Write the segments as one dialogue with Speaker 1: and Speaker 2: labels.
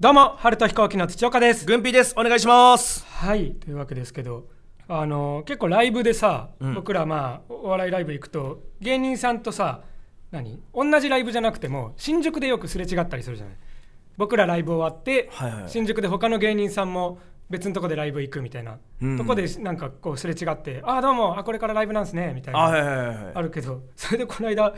Speaker 1: どうも春と飛行機の土岡です
Speaker 2: 軍備ですお願いします
Speaker 1: はいというわけですけどあの結構ライブでさ、
Speaker 2: うん
Speaker 1: 僕らまあお笑いライブ行くと芸人さんとさ何同じライブじゃなくても新宿でよくすれ違ったりするじゃない僕らライブ終わって、
Speaker 2: はいはい
Speaker 1: 新宿で他の芸人さんも別のとこでライブ行くみたいな、
Speaker 2: うん
Speaker 1: とこでなんかこうすれ違って「ああどうもあこれからライブなんすね」みたいな
Speaker 2: あはいはいはい
Speaker 1: あるけどそれでこの間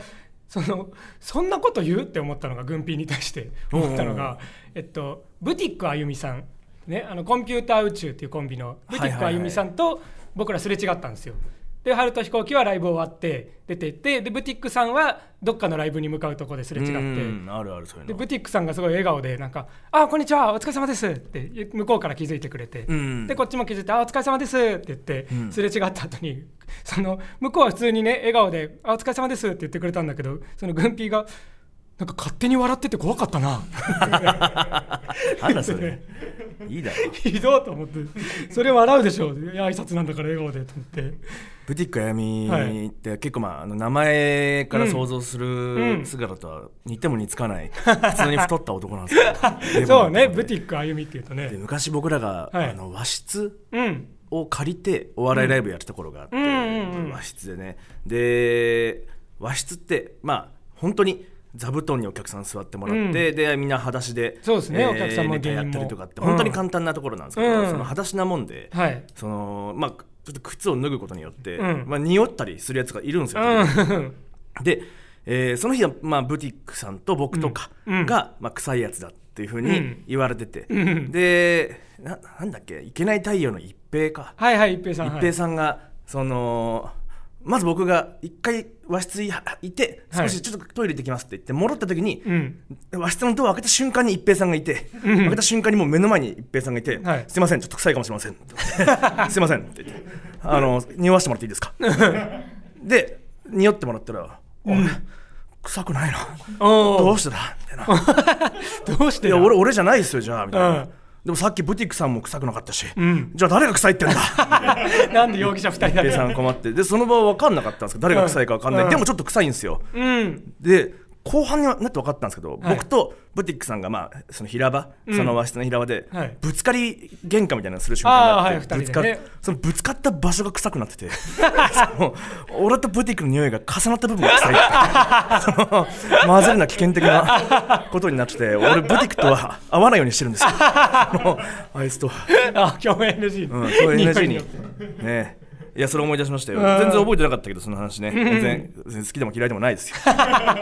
Speaker 1: そのそんなこと言うって思ったのが軍ピーに対して
Speaker 2: うんうん
Speaker 1: 思ったのが、えっと、ブティックあゆみさん、ね、あのコンピューター宇宙っていうコンビのブティックあゆみさんと僕らすれ違ったんですよ。で春と飛行機はライブ終わって出てってでブティックさんはどっかのライブに向かうとこですれ違って。
Speaker 2: うんあるあるそういう
Speaker 1: で
Speaker 2: の
Speaker 1: ブティックさんがすごい笑顔でなんか「あこんにちはお疲れ様です」って向こうから気づいてくれて、
Speaker 2: うん
Speaker 1: でこっちも気づいて「あお疲れ様です」って言って、
Speaker 2: うん
Speaker 1: すれ違った後にその向こうは普通にね笑顔で「あお疲れ様です」って言ってくれたんだけどその軍ピーが「なんか勝手に笑ってて怖かった な」
Speaker 2: あんだそれいいだろ
Speaker 1: ひどいと思ってそれ笑うでしょいや挨拶なんだから笑顔でと思って
Speaker 2: ブティックあやみ
Speaker 1: はい
Speaker 2: って結構まああの名前から想像す
Speaker 1: うん
Speaker 2: る姿とは似ても似つか ない普通に太った男なんですよ
Speaker 1: そうねブ
Speaker 2: ィッ
Speaker 1: ティックあゆみっていうと
Speaker 2: クで
Speaker 1: ね
Speaker 2: 昔僕らが
Speaker 1: はい
Speaker 2: あの和室
Speaker 1: うん
Speaker 2: を借りてお笑いライブやってた頃があって
Speaker 1: うんうんうんうん
Speaker 2: 和室でねで和室ってまあ本当に座布団にお客さん座ってもらって、でみんな裸足で
Speaker 1: そうですねお客さんも
Speaker 2: ネタやっ
Speaker 1: 芸人
Speaker 2: た
Speaker 1: も
Speaker 2: りとかって本当に簡単なところなんですけど、
Speaker 1: うん
Speaker 2: その裸足なもんで、
Speaker 1: はい
Speaker 2: そのまあちょっと靴を脱ぐことによって、
Speaker 1: うん
Speaker 2: まあ匂ったりするやつがいるんですよ、
Speaker 1: うん
Speaker 2: で、えーその日は、まあ、ブティックさんと僕とか
Speaker 1: うんうん
Speaker 2: が、まあ、臭いやつだっていうふう
Speaker 1: う
Speaker 2: に
Speaker 1: ん
Speaker 2: 言われてて、
Speaker 1: うん
Speaker 2: でななんだっけいけない太陽の一平か、
Speaker 1: はいはい一平さん
Speaker 2: 一平さんがそのまず僕が一回和室いいて
Speaker 1: はい
Speaker 2: 少しちょっとトイレ行ってきますって言って戻った時に、
Speaker 1: はい、うん
Speaker 2: 和室のドアを開けた瞬間に一平さんがいて、
Speaker 1: うん
Speaker 2: 開けた瞬間にもう目の前に一平さんがいて「
Speaker 1: はい
Speaker 2: すいませんちょっと臭いかもしれません」 すいません」って言って「あの匂わしてもらってい いですか?」で匂ってもらったら「おい臭くないな
Speaker 1: おー
Speaker 2: どうしてだ?」みたい な
Speaker 1: どうし
Speaker 2: い
Speaker 1: てだ
Speaker 2: や俺俺じゃないですよじゃあみたいな、
Speaker 1: うん
Speaker 2: でもさっきブティックさんも臭くなかったし、
Speaker 1: ん
Speaker 2: じゃあ誰が臭いってんだ
Speaker 1: なんで容疑者2人だ
Speaker 2: ペイさん困ってでその場は分かんなかったんですけど誰が臭いか分かんない、
Speaker 1: うん
Speaker 2: でもちょっと臭いんですよ
Speaker 1: うん。
Speaker 2: で後半になって分かったんですけど、
Speaker 1: はい
Speaker 2: 僕とブティックさんがまあその平場、
Speaker 1: うん
Speaker 2: その和室の平場で、
Speaker 1: はい
Speaker 2: ぶつかり喧嘩みたいなのする瞬間があ
Speaker 1: あーはい
Speaker 2: っ
Speaker 1: 二
Speaker 2: て、
Speaker 1: 人でね
Speaker 2: ぶつかそのぶつかった場所が臭くなっ ててその俺とブティックの匂いが重なった部分が臭い っていうその混ぜるな危険的なことになってて俺ブティックとは合わないようにしてるんです よもうあいつとは。
Speaker 1: あ、共演 NG。
Speaker 2: うん、そういう NG
Speaker 1: 匂
Speaker 2: に
Speaker 1: いよ
Speaker 2: ねえいやそれ思い出しましたよ
Speaker 1: ん
Speaker 2: 全然覚えてなかったけどその話ね全然全然好きでも嫌いでもない ですよ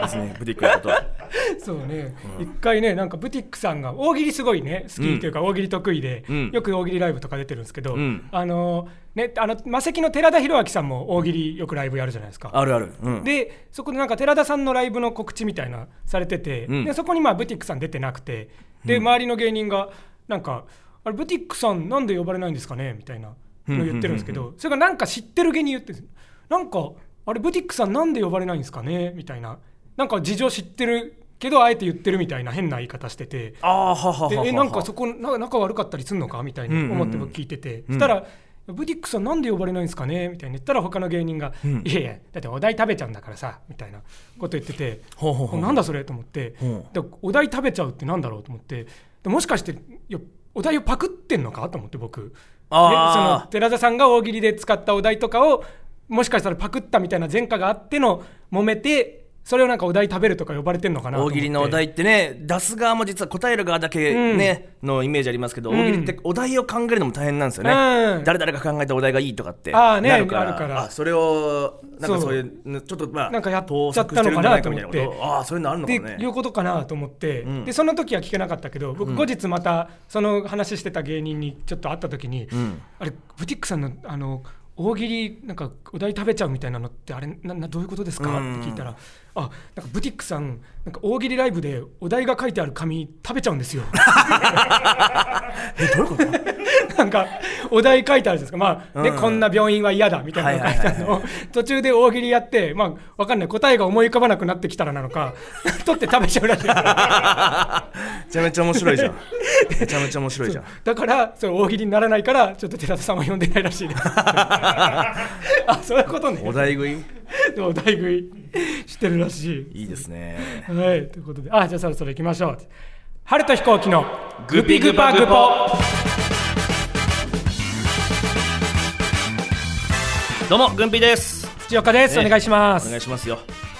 Speaker 2: 別にブティックのことは
Speaker 1: そうね。一回ね、なんかブティックさんが大喜利すごいね、好きというか大喜利得意で
Speaker 2: うん、
Speaker 1: よく大喜利ライブとか出てるんですけど
Speaker 2: うん、
Speaker 1: あのー、ね、あの、マセキの寺田弘明さんも大喜利よくライブやるじゃないですか。
Speaker 2: あるあるうん
Speaker 1: でそこでなんか寺田さんのライブの告知みたいなされてて、
Speaker 2: うん
Speaker 1: でそこにまあブティックさん出てなくてで、周りの芸人がなんかあれブティックさんなんで呼ばれないんですかねみたいなの言ってるんですけど、それがなんか知ってる芸人言ってるんですなんかあれブティックさんなんで呼ばれないんですかねみたいななんか事情知ってるけどあえて言ってるみたいな変な言い方してて。
Speaker 2: ああはははは
Speaker 1: でえなんかそ
Speaker 2: こ
Speaker 1: こな仲悪かったりすんのかみたい
Speaker 2: うんうん
Speaker 1: に
Speaker 2: うん
Speaker 1: 思って僕聞いてて、
Speaker 2: うん
Speaker 1: そしたら「ブティックさんなんで呼ばれないんですかね?」みたいに言ったら他の芸人が「
Speaker 2: うん
Speaker 1: いやいやだってお題食べちゃうんだからさ」みたいなこと言ってて「
Speaker 2: ほうほうほう
Speaker 1: なんだそれ?」と思って、
Speaker 2: ほ
Speaker 1: でお題食べちゃうってなんだろう?」と思ってでもしかしてよお題をパクってんのかと思って僕ねその
Speaker 2: あ
Speaker 1: 寺田さんが大喜利で使ったお題とかをもしかしたらパクったみたいな前科があっての揉めてそれをなんかお題食べるとか呼ばれてんのかな
Speaker 2: あ
Speaker 1: と思
Speaker 2: 大
Speaker 1: って
Speaker 2: 喜利のお題ってね出す側も実は答える側だけね、のイメージありますけど、
Speaker 1: うん
Speaker 2: 大喜利ってお題を考えるのも大変なんですよね、
Speaker 1: うん
Speaker 2: 誰々が考えたお題がいいとかって
Speaker 1: あーね
Speaker 2: なるか
Speaker 1: あ
Speaker 2: ら
Speaker 1: るから
Speaker 2: あそれをなんかそういうちょっとまあ
Speaker 1: なんかやっちゃ
Speaker 2: 盗
Speaker 1: ったの
Speaker 2: 作
Speaker 1: かな
Speaker 2: してるんじゃないかみたいなこと
Speaker 1: と思って
Speaker 2: ああーそういうのあるのかも
Speaker 1: で
Speaker 2: ね
Speaker 1: いうことかなと思って、
Speaker 2: うん
Speaker 1: でその時は聞けなかったけど僕後日またその話してた芸人にちょっと会った時に、
Speaker 2: ん
Speaker 1: あれブティックさんのあの大喜利なんかお題食べちゃうみたいなのってあれななどういうことですか、
Speaker 2: うん
Speaker 1: って聞いたらあなんかブティックさんなんか大喜利ライブでお題が書いてある紙食べちゃうんですよ
Speaker 2: えどういうこと
Speaker 1: なんかお題書いてあるじゃないですかまあ、ね
Speaker 2: うん
Speaker 1: こんな病院は嫌だみたいなの書いてあるのを、途中で大喜利やってまあわかんない答えが思い浮かばなくなってきたらなのか 取って食べちゃうらしいです
Speaker 2: めちゃめちゃ面白 いじゃんめちゃめちゃ面白い じゃん
Speaker 1: だからそれ大喜利にならないからちょっと寺田さんは呼んでないらしいです あそういうことね
Speaker 2: お題食い
Speaker 1: でもお題食いしてるらしい
Speaker 2: いいですね
Speaker 1: はいということであじゃあそろそろ行きましょう春と飛行機のグピグパグポ
Speaker 2: どうもグンピーです
Speaker 1: 土岡です、
Speaker 2: ね
Speaker 1: お願いします
Speaker 2: お願いしますよ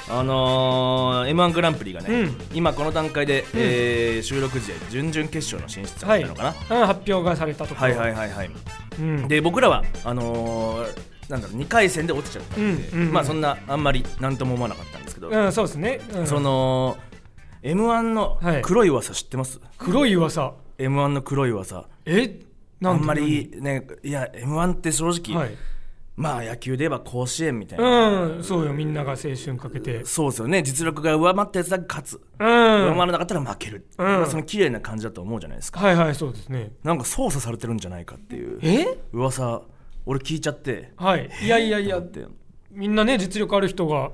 Speaker 2: あのー、m 1グランプリがね、
Speaker 1: うん
Speaker 2: 今この段階で、えー収録時で準々決勝の進出だったのかな、
Speaker 1: はいうん、発表がされたとこ
Speaker 2: は
Speaker 1: ろ
Speaker 2: い、はいはいはい
Speaker 1: うん、
Speaker 2: で僕らはあのー、なんだろう2回戦で落ちちゃったんで、
Speaker 1: うんうんうん
Speaker 2: まあそんなあんまりなんとも思わなかったんですけど、
Speaker 1: うん、そうですね、うん
Speaker 2: その m 1の
Speaker 1: はい
Speaker 2: 黒い噂知ってます、
Speaker 1: 黒い噂
Speaker 2: m 1の黒い噂
Speaker 1: え
Speaker 2: あ
Speaker 1: なんで
Speaker 2: んまりねいや m 1って正直、
Speaker 1: はい
Speaker 2: まあ野球で言えば甲子園みたいな、
Speaker 1: うんそうよみんなが青春かけて
Speaker 2: そうですよね実力が上回ったやつだけ勝つ、
Speaker 1: うん
Speaker 2: 上回らなかったら負ける、
Speaker 1: うん
Speaker 2: まあその綺麗な感じだと思うじゃないですか
Speaker 1: はいはいそうですね
Speaker 2: なんか操作されてるんじゃないかっていう
Speaker 1: え
Speaker 2: 噂俺聞いちゃって
Speaker 1: はいいやいやいや
Speaker 2: で
Speaker 1: みんなね実力ある人が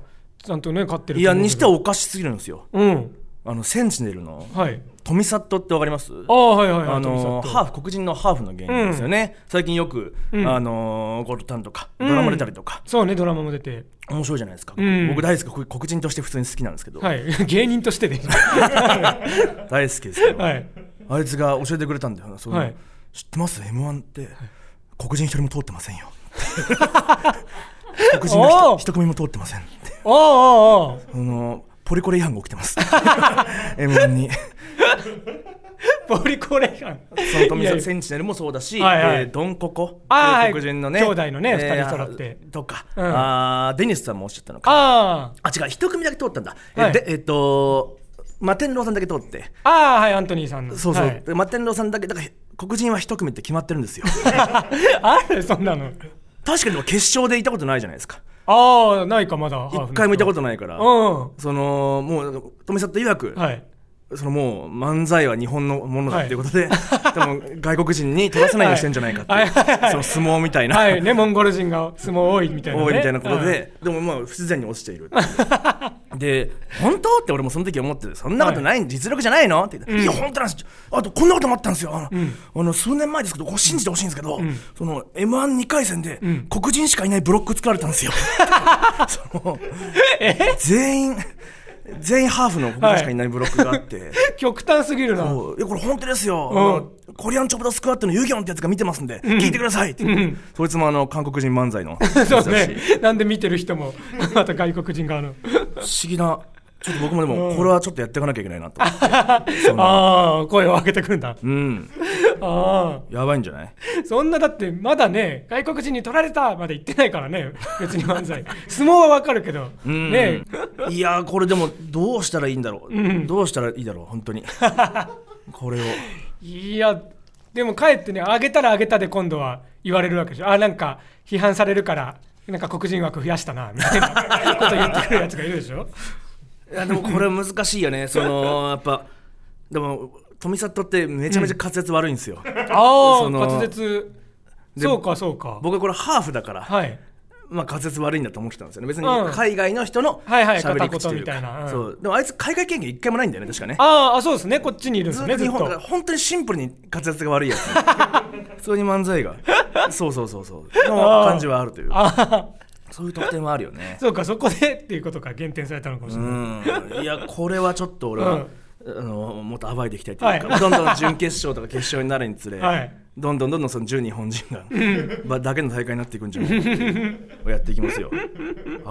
Speaker 1: ちゃんとね勝ってる
Speaker 2: いやにしては
Speaker 1: は
Speaker 2: おかしすぎるんですよ
Speaker 1: うん
Speaker 2: あのセンチネルの
Speaker 1: はい
Speaker 2: トミサットってわかります
Speaker 1: ああはいはいはい
Speaker 2: あ
Speaker 1: 富
Speaker 2: の
Speaker 1: 里
Speaker 2: ハーフ黒人のハーフの芸人ですよね、最近よく、
Speaker 1: うん
Speaker 2: あのゴルタンとか
Speaker 1: うん
Speaker 2: ドラマ出たりとか、
Speaker 1: そうねドラマも出て
Speaker 2: 面白いじゃないですか、
Speaker 1: うん
Speaker 2: 僕大好き黒黒人として普通に好きなんですけど、
Speaker 1: はい 芸人として で
Speaker 2: 大好きですけど、
Speaker 1: はい
Speaker 2: あいつが教えてくれたんだよなその、
Speaker 1: はい
Speaker 2: 知ってます m 1って黒人一人も通ってません よ黒人
Speaker 1: お
Speaker 2: が
Speaker 1: ー
Speaker 2: 一組も通ってませんって
Speaker 1: ああああ
Speaker 2: あのポリコレ違反が起き てます m 1に
Speaker 1: ポリコレガン
Speaker 2: その富
Speaker 1: いやい
Speaker 2: 澤
Speaker 1: や
Speaker 2: センチネルもそうだし、
Speaker 1: はいはい
Speaker 2: えードンココ、
Speaker 1: あー
Speaker 2: えー黒人のね、
Speaker 1: はい兄弟のね
Speaker 2: えー
Speaker 1: 二人揃って
Speaker 2: とか、
Speaker 1: うん
Speaker 2: あーデニスさんもおっしゃったのか、
Speaker 1: ああ
Speaker 2: あ違う、一組だけ通ったんだ、
Speaker 1: は
Speaker 2: え
Speaker 1: い
Speaker 2: でえっと、摩天楼さんだけ通って、
Speaker 1: ああはいアントニーさんの
Speaker 2: そうそう、
Speaker 1: はい
Speaker 2: で摩天楼さんだけ、だから黒人は一組って決まってるんですよ、
Speaker 1: あるそんなの
Speaker 2: 確かにでも決勝でいたことないじゃないですか、
Speaker 1: ああないかまだ
Speaker 2: 一回もいたこととないから、
Speaker 1: う
Speaker 2: そのもう、富澤と曰く、
Speaker 1: んはい
Speaker 2: そのもう漫才は日本のものだっていうことで、多分外国人に取らせないようにしてんじゃないかって
Speaker 1: はいはいはい
Speaker 2: い
Speaker 1: は
Speaker 2: う、
Speaker 1: い
Speaker 2: その相撲みたい な。
Speaker 1: はいねモンゴル人が相撲多いみたいなね
Speaker 2: 多いみたいなことで、でもまあ不自然に落ちているっていうで本当って俺もその時思ってそんなことない、実力じゃないのって言ったら、いや本当なんですあとこんなこともあったんですよあの、あの数年前ですけどこう信じてほしいんですけど、その m 1 2回戦で、黒人しかいないブロック作られたんですよその全員全員ハーフの黒人しかいないブロックがあって、
Speaker 1: うん極端すぎるな
Speaker 2: そういやこれ本当ですよ、あのコリアンチョップドスクワットのユギョンってやつが見てますんで、聞いてくださいって言って、そいつもあの韓国人漫才の
Speaker 1: そうね。なんで見てる人も、 また外国人側の。
Speaker 2: 不思議なちょっと僕もでもこれはちょっとやっていかなきゃいけないなと思って
Speaker 1: ああ、声を上げてくるんだ。
Speaker 2: うん
Speaker 1: あ
Speaker 2: やばいんじゃない
Speaker 1: あ、そんなだって、まだね、外国人に取られたまで言ってないからね、別に漫 才。相撲はわかるけど、
Speaker 2: うん
Speaker 1: ね
Speaker 2: いやーこれでもどうしたらいいんだろう、
Speaker 1: ん
Speaker 2: どうしたらいいだろう本 当にこれを
Speaker 1: いや、でもかえってね、上げたら上げたで今度は言われるわけでしょ。あーなんか批判されるから、なんか黒人枠増やしたな、みたいなこと言ってくるやつがいるでしょ。
Speaker 2: いやでもこれは難しいよ ねそのやっぱでも富里ってめちゃめちゃ滑舌悪いんですよ、
Speaker 1: あ
Speaker 2: そ
Speaker 1: あ、
Speaker 2: の
Speaker 1: 滑舌。
Speaker 2: で
Speaker 1: そうか、そうか。
Speaker 2: 僕はこれハーフだから、
Speaker 1: はい。
Speaker 2: まあ、滑舌悪いんだと思ってたんですよね別に
Speaker 1: うん
Speaker 2: 海外の人の
Speaker 1: はいはい
Speaker 2: 喋り口とい
Speaker 1: 片言み
Speaker 2: うか、
Speaker 1: たいなうん
Speaker 2: そうでもあいつ海外経験一回もないんだよね確かね
Speaker 1: あーあ、そうですね、こっちにいるんで
Speaker 2: ず
Speaker 1: す
Speaker 2: っ
Speaker 1: ね、
Speaker 2: と
Speaker 1: ず
Speaker 2: 日
Speaker 1: っ
Speaker 2: 本だから
Speaker 1: と。
Speaker 2: 本当にシンプルに滑舌が悪い やつ普通に漫才がそうそうそうそうの感じはあるという
Speaker 1: ああ。
Speaker 2: そういう特典はあるよね
Speaker 1: そうか、そこで っていうことが減点されたのかもし
Speaker 2: う
Speaker 1: れない。
Speaker 2: んいやこれはちょっと俺は、あのもっと暴いていきたいというか、
Speaker 1: はい
Speaker 2: どんどん準決勝とか決勝になるにつれ、
Speaker 1: はい
Speaker 2: どんどんどんどんその10日本人が、ばだけの大会になっていくんじゃないかっていうをやっていき ますよ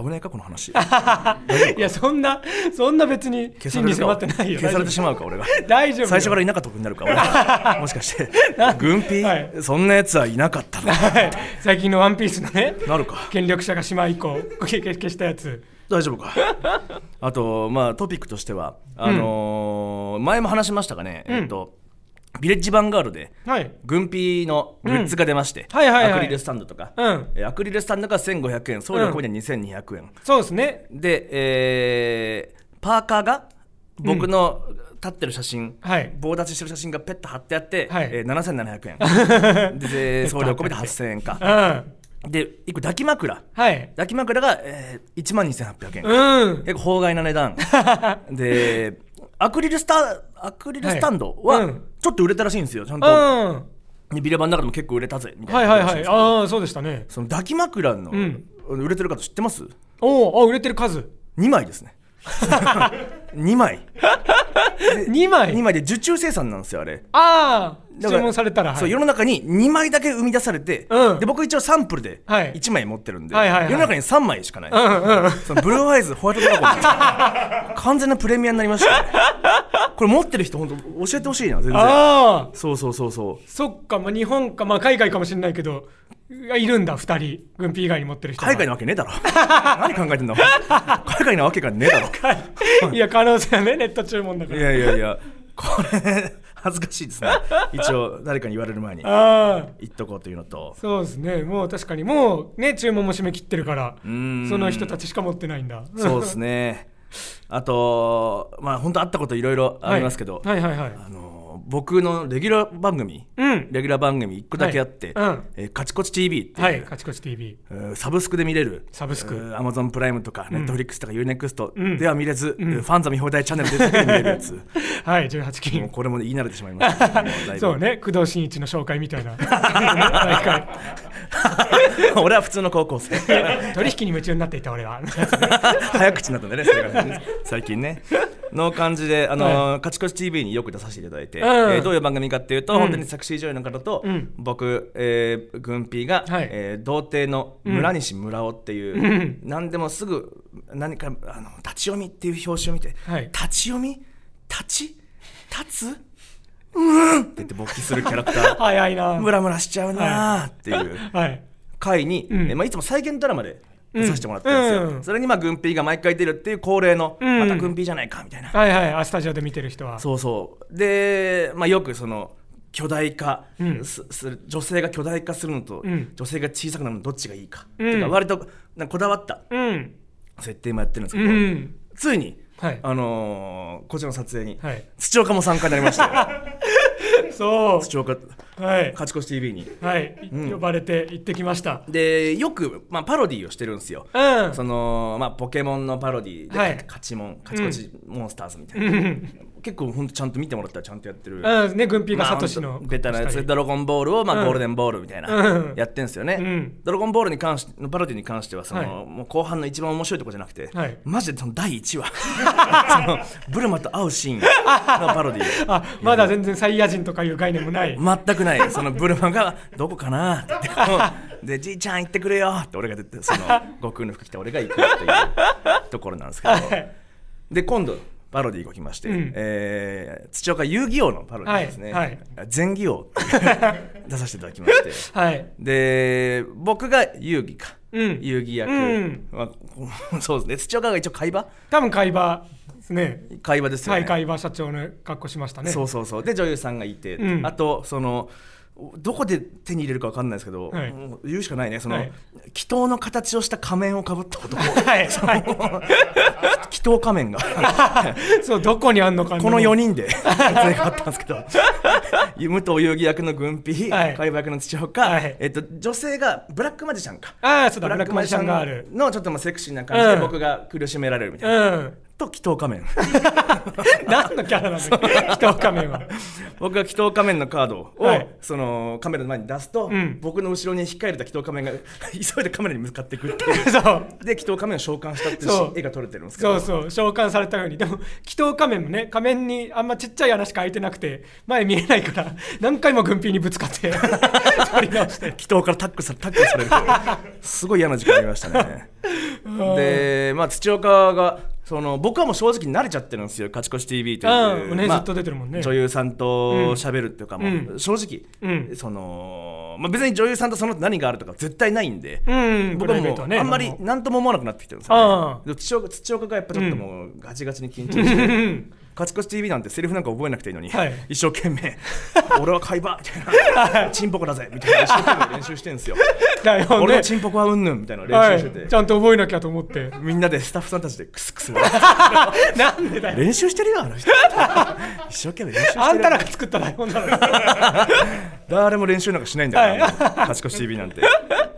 Speaker 2: 危ないかこの話消
Speaker 1: いや、そんな、そんな別に真に迫ってないよ。
Speaker 2: 消されてしまうか俺が
Speaker 1: 大丈夫。。
Speaker 2: 最初からら田舎得になるか俺 がもしかして軍備、
Speaker 1: はい
Speaker 2: そんなやつはいなかったな
Speaker 1: はい最近のワンピースのね、
Speaker 2: なるか
Speaker 1: 権力者が島以降、けけ消したやつ。
Speaker 2: 大丈夫かあとまあトピックとしてはあのー前も話しましたがね、えっとビレッジヴァンガードで
Speaker 1: はい。
Speaker 2: 軍費のグッズが出まして、
Speaker 1: うんはいはいはい
Speaker 2: アクリルスタンドとか、
Speaker 1: うん
Speaker 2: えーアクリルスタンドが1500円送料込みで2200円、
Speaker 1: そうですね。
Speaker 2: で、えーパーカーが僕の立ってる写真、
Speaker 1: はい。
Speaker 2: 棒立ちしてる写真がペッと貼ってあって、
Speaker 1: はい
Speaker 2: えー7700 円でで送料込みで8000円
Speaker 1: う
Speaker 2: か
Speaker 1: ん。
Speaker 2: で1個抱き枕
Speaker 1: はい。
Speaker 2: 抱き枕が、えー、1万2800円、
Speaker 1: うん。
Speaker 2: 結構法外な 値段でアクリルスタアクリルスタンドは、
Speaker 1: はいうん
Speaker 2: ちょっと売れたらしいんですよちゃん
Speaker 1: う
Speaker 2: と、
Speaker 1: ん。
Speaker 2: ビレバンの中でも結構売れたぜみた
Speaker 1: はいい
Speaker 2: な
Speaker 1: は
Speaker 2: こ
Speaker 1: い
Speaker 2: と
Speaker 1: はい。
Speaker 2: らしんですけど
Speaker 1: ああ、そうでしたね。
Speaker 2: その抱き枕の、
Speaker 1: ん
Speaker 2: 売れてる方知ってます
Speaker 1: おお、あ売れてる数。
Speaker 2: 2枚ですね2枚
Speaker 1: 2枚
Speaker 2: 2枚で受注生産なんですよあれ
Speaker 1: ああ
Speaker 2: だ
Speaker 1: 注
Speaker 2: から
Speaker 1: 文されたら、はい、
Speaker 2: そう世の中に2枚だけ生み出されて、
Speaker 1: うん
Speaker 2: で僕一応サンプルで
Speaker 1: はい
Speaker 2: 1枚持ってるんで、
Speaker 1: はいはいはい
Speaker 2: 世の中に3枚しかない、
Speaker 1: うんうん
Speaker 2: そのブルーアイズホワイトドラゴ ンって完全なプレミアになりましたねこれ持ってる人本当教えてほしいな全然
Speaker 1: ああ
Speaker 2: そうそうそうそう
Speaker 1: そっか、まあ、日本か、まあ、海外かもしれないけどいやいるんだ2人軍艇以外に持ってる人が
Speaker 2: 海外なわけねえだろ何考えてんだお前海外なわけがねえだろ
Speaker 1: いや可能性はねネット注文だか
Speaker 2: い
Speaker 1: ら
Speaker 2: やいやいやこれ恥ずかしいですね一応誰かに言われる前に
Speaker 1: ああ
Speaker 2: 言っとこうというのと
Speaker 1: そうですねもう確かにもうね注文も締め切ってるからそ
Speaker 2: ん
Speaker 1: の人たちしか持ってないんだ
Speaker 2: そうですねあとまあ本当あったこといろいろありますけど、
Speaker 1: はい、はいはいはい
Speaker 2: あの僕のレギュラー番組、
Speaker 1: うん
Speaker 2: レギュラー番組1個だけあって「
Speaker 1: はいうん
Speaker 2: えーカチコチ TV」っていう、
Speaker 1: はいカチコチ TV
Speaker 2: えーサブスクで見れる
Speaker 1: サブスク
Speaker 2: アマゾンプライムとか、ネットフリックスとか UNEXT
Speaker 1: ん
Speaker 2: では見れず、えーファンザ見放題チャンネルでだけで見れる やつも
Speaker 1: はい18
Speaker 2: う
Speaker 1: 金
Speaker 2: これも、ね、言い慣れてしまいま したけどもだいぶ
Speaker 1: そうね工藤新一の紹介みたいな毎回
Speaker 2: 俺は普通の高校生
Speaker 1: 取引に夢中になっていた俺は
Speaker 2: 早口になったんだねそれがね最近ねの感じで、あのーカチコチ TV によく出させていただいて、
Speaker 1: うん
Speaker 2: えーどういう番組かっていうと、本当に作詞女優の方と、
Speaker 1: うん
Speaker 2: 僕、えー、軍ピーが、
Speaker 1: はい
Speaker 2: えー童貞の村西村尾っていう、何でもすぐ何かあの立ち読みっていう表紙を見て、
Speaker 1: はい
Speaker 2: 立ち読み立ち立つうんって言って勃起するキャラクター
Speaker 1: 早いな
Speaker 2: ムラムラしちゃうなーっていう。
Speaker 1: はい
Speaker 2: 回に、
Speaker 1: ん
Speaker 2: えーまあ、いつも再現ドラマで出させてもらってるんですよ、
Speaker 1: うんうん
Speaker 2: それにまあ軍艇が毎回出るっていう恒例の、
Speaker 1: うん
Speaker 2: また軍艇じゃないかみたいな、
Speaker 1: はいはいあスタジオで見てる人は
Speaker 2: そうそうで、まあ、よくその巨大化、すする女性が巨大化するのと、
Speaker 1: うん
Speaker 2: 女性が小さくなるのどっちがいいか、
Speaker 1: うん
Speaker 2: とか割となんかこだわった
Speaker 1: うん
Speaker 2: 設定もやってるんです
Speaker 1: う
Speaker 2: けど、
Speaker 1: ん
Speaker 2: ついに、
Speaker 1: はい
Speaker 2: あのーこちらの撮影に、
Speaker 1: はい
Speaker 2: 土岡も参加になり ましたよ
Speaker 1: そ
Speaker 2: 土岡
Speaker 1: うはい
Speaker 2: 勝ち越し TV に。
Speaker 1: はい呼ばれて行ってきました
Speaker 2: でよく、まあ、パロディーをしてるんですよ、
Speaker 1: うん
Speaker 2: そのまあ、ポケモンのパロディーで、
Speaker 1: はい
Speaker 2: カチモンカチコチモンスターズみたいな、 結構ほんとちゃんと見てもらったらちゃんとやってる、
Speaker 1: うんね軍艇が
Speaker 2: まあ
Speaker 1: サトシの
Speaker 2: ほんとベタなや
Speaker 1: した
Speaker 2: つ
Speaker 1: り
Speaker 2: ドラゴンボールを、まあ
Speaker 1: うん
Speaker 2: ゴールデンボールみたいな、
Speaker 1: うん
Speaker 2: やってんすよね、
Speaker 1: うん
Speaker 2: ドラゴンボールに関してのパロディーに関してはその、
Speaker 1: はい
Speaker 2: もう後半の一番面白いとこじゃなくて、
Speaker 1: はい
Speaker 2: マジでその第1話 そのブルマと会うシーンのパロディー
Speaker 1: あまだ全然サイヤ人とかいう概念もない
Speaker 2: 全くないそのブルマが「どこかな?」って言ってこうで「じいちゃん行ってくれよ」って俺が出てその悟空の服着た俺が行くっていうところなんですけど
Speaker 1: はい
Speaker 2: で今度パロディーが来まして、
Speaker 1: うん
Speaker 2: えー土岡遊戯王のパロディーですね、
Speaker 1: はいはい
Speaker 2: 前戯王っていう 出させていただきまして
Speaker 1: はい
Speaker 2: で僕が遊戯か、
Speaker 1: うん
Speaker 2: 遊戯役、
Speaker 1: うん
Speaker 2: まあ、そうですね土岡が一応会話
Speaker 1: 多分海馬ですね
Speaker 2: 会話ですよ
Speaker 1: は
Speaker 2: ね、
Speaker 1: い海馬社長の格好しましたね
Speaker 2: そうそうそうで女優さんがいて、
Speaker 1: うん
Speaker 2: あとそのおどこで手に入れるかわかんないですけど、
Speaker 1: はい
Speaker 2: もう言うしかないねその、
Speaker 1: はい
Speaker 2: 祈祷の形をした仮面をかぶった 男祈
Speaker 1: はいはい
Speaker 2: 祷仮 面が
Speaker 1: そうどこにあんのか
Speaker 2: この4
Speaker 1: 人
Speaker 2: 人で 撮影があったんですけど 武藤遊戯役の軍備
Speaker 1: はい
Speaker 2: 海馬役の土岡、
Speaker 1: はい
Speaker 2: えっと、女性がブラックマジシャンか
Speaker 1: ああそうだブラックマジシャンがある
Speaker 2: のちょっとまあセクシーな感じで
Speaker 1: うん
Speaker 2: 僕が苦しめられるみた
Speaker 1: う
Speaker 2: いな、
Speaker 1: ん
Speaker 2: と祈祷仮面
Speaker 1: 何のキャラなんだっけ北岡面は
Speaker 2: 僕が祈祷仮面のカードを、
Speaker 1: はい
Speaker 2: そのカメラの前に出すと、
Speaker 1: うん
Speaker 2: 僕の後ろに控えれた祈祷仮面が 急いでカメラに向かってくっていう
Speaker 1: そう
Speaker 2: で祈祷仮面を召喚したってい
Speaker 1: そう
Speaker 2: う絵が撮れてるんですけ
Speaker 1: そ
Speaker 2: ど
Speaker 1: うそう召喚されたようにでも祈祷仮面もね仮面にあんまちっちゃい穴しか開いてなくて前見えないから何回も軍艇にぶつかって 取り直して
Speaker 2: 祈祷からタックさタックルされるというすごい嫌な時間ありましたねで、まあ、土岡がその僕はもう正直慣れちゃってるんですよ「勝ち越し TV」という、
Speaker 1: うんね
Speaker 2: まあ
Speaker 1: ずっと出てるもんね
Speaker 2: 女優さんと喋るっていうか、もう
Speaker 1: うん
Speaker 2: 正直、
Speaker 1: うん
Speaker 2: その、まあ、別に女優さんとその後何があるとか絶対ないんで、
Speaker 1: うん
Speaker 2: 僕
Speaker 1: プ
Speaker 2: は
Speaker 1: ライベ
Speaker 2: も
Speaker 1: ート
Speaker 2: う
Speaker 1: はね
Speaker 2: あんまり
Speaker 1: 何も
Speaker 2: 何とも思わなくなってきてるんですよ、
Speaker 1: ああ
Speaker 2: ね、で土岡土岡がやっぱちょっともうガチガチに緊張して、 カチコチ TV なんてセリフなんか覚えなくていいのに、
Speaker 1: はい
Speaker 2: 一生 懸命「俺は海馬」みたいな「チンポコだぜ」みたいな一生懸命練習してるんですよ
Speaker 1: 台本
Speaker 2: 俺
Speaker 1: ね
Speaker 2: はチンポコはうんぬんみたいなの
Speaker 1: は
Speaker 2: 練習してて、
Speaker 1: いちゃんと覚えなきゃと思って
Speaker 2: みんなでスタッフさんたちでクスクス笑って
Speaker 1: なんでだよ
Speaker 2: 練習してるよ あの人一生懸命練習してる
Speaker 1: あんたらが作った台本 なのに
Speaker 2: 誰も練習なんかしないんだから、勝ち越し TV なんて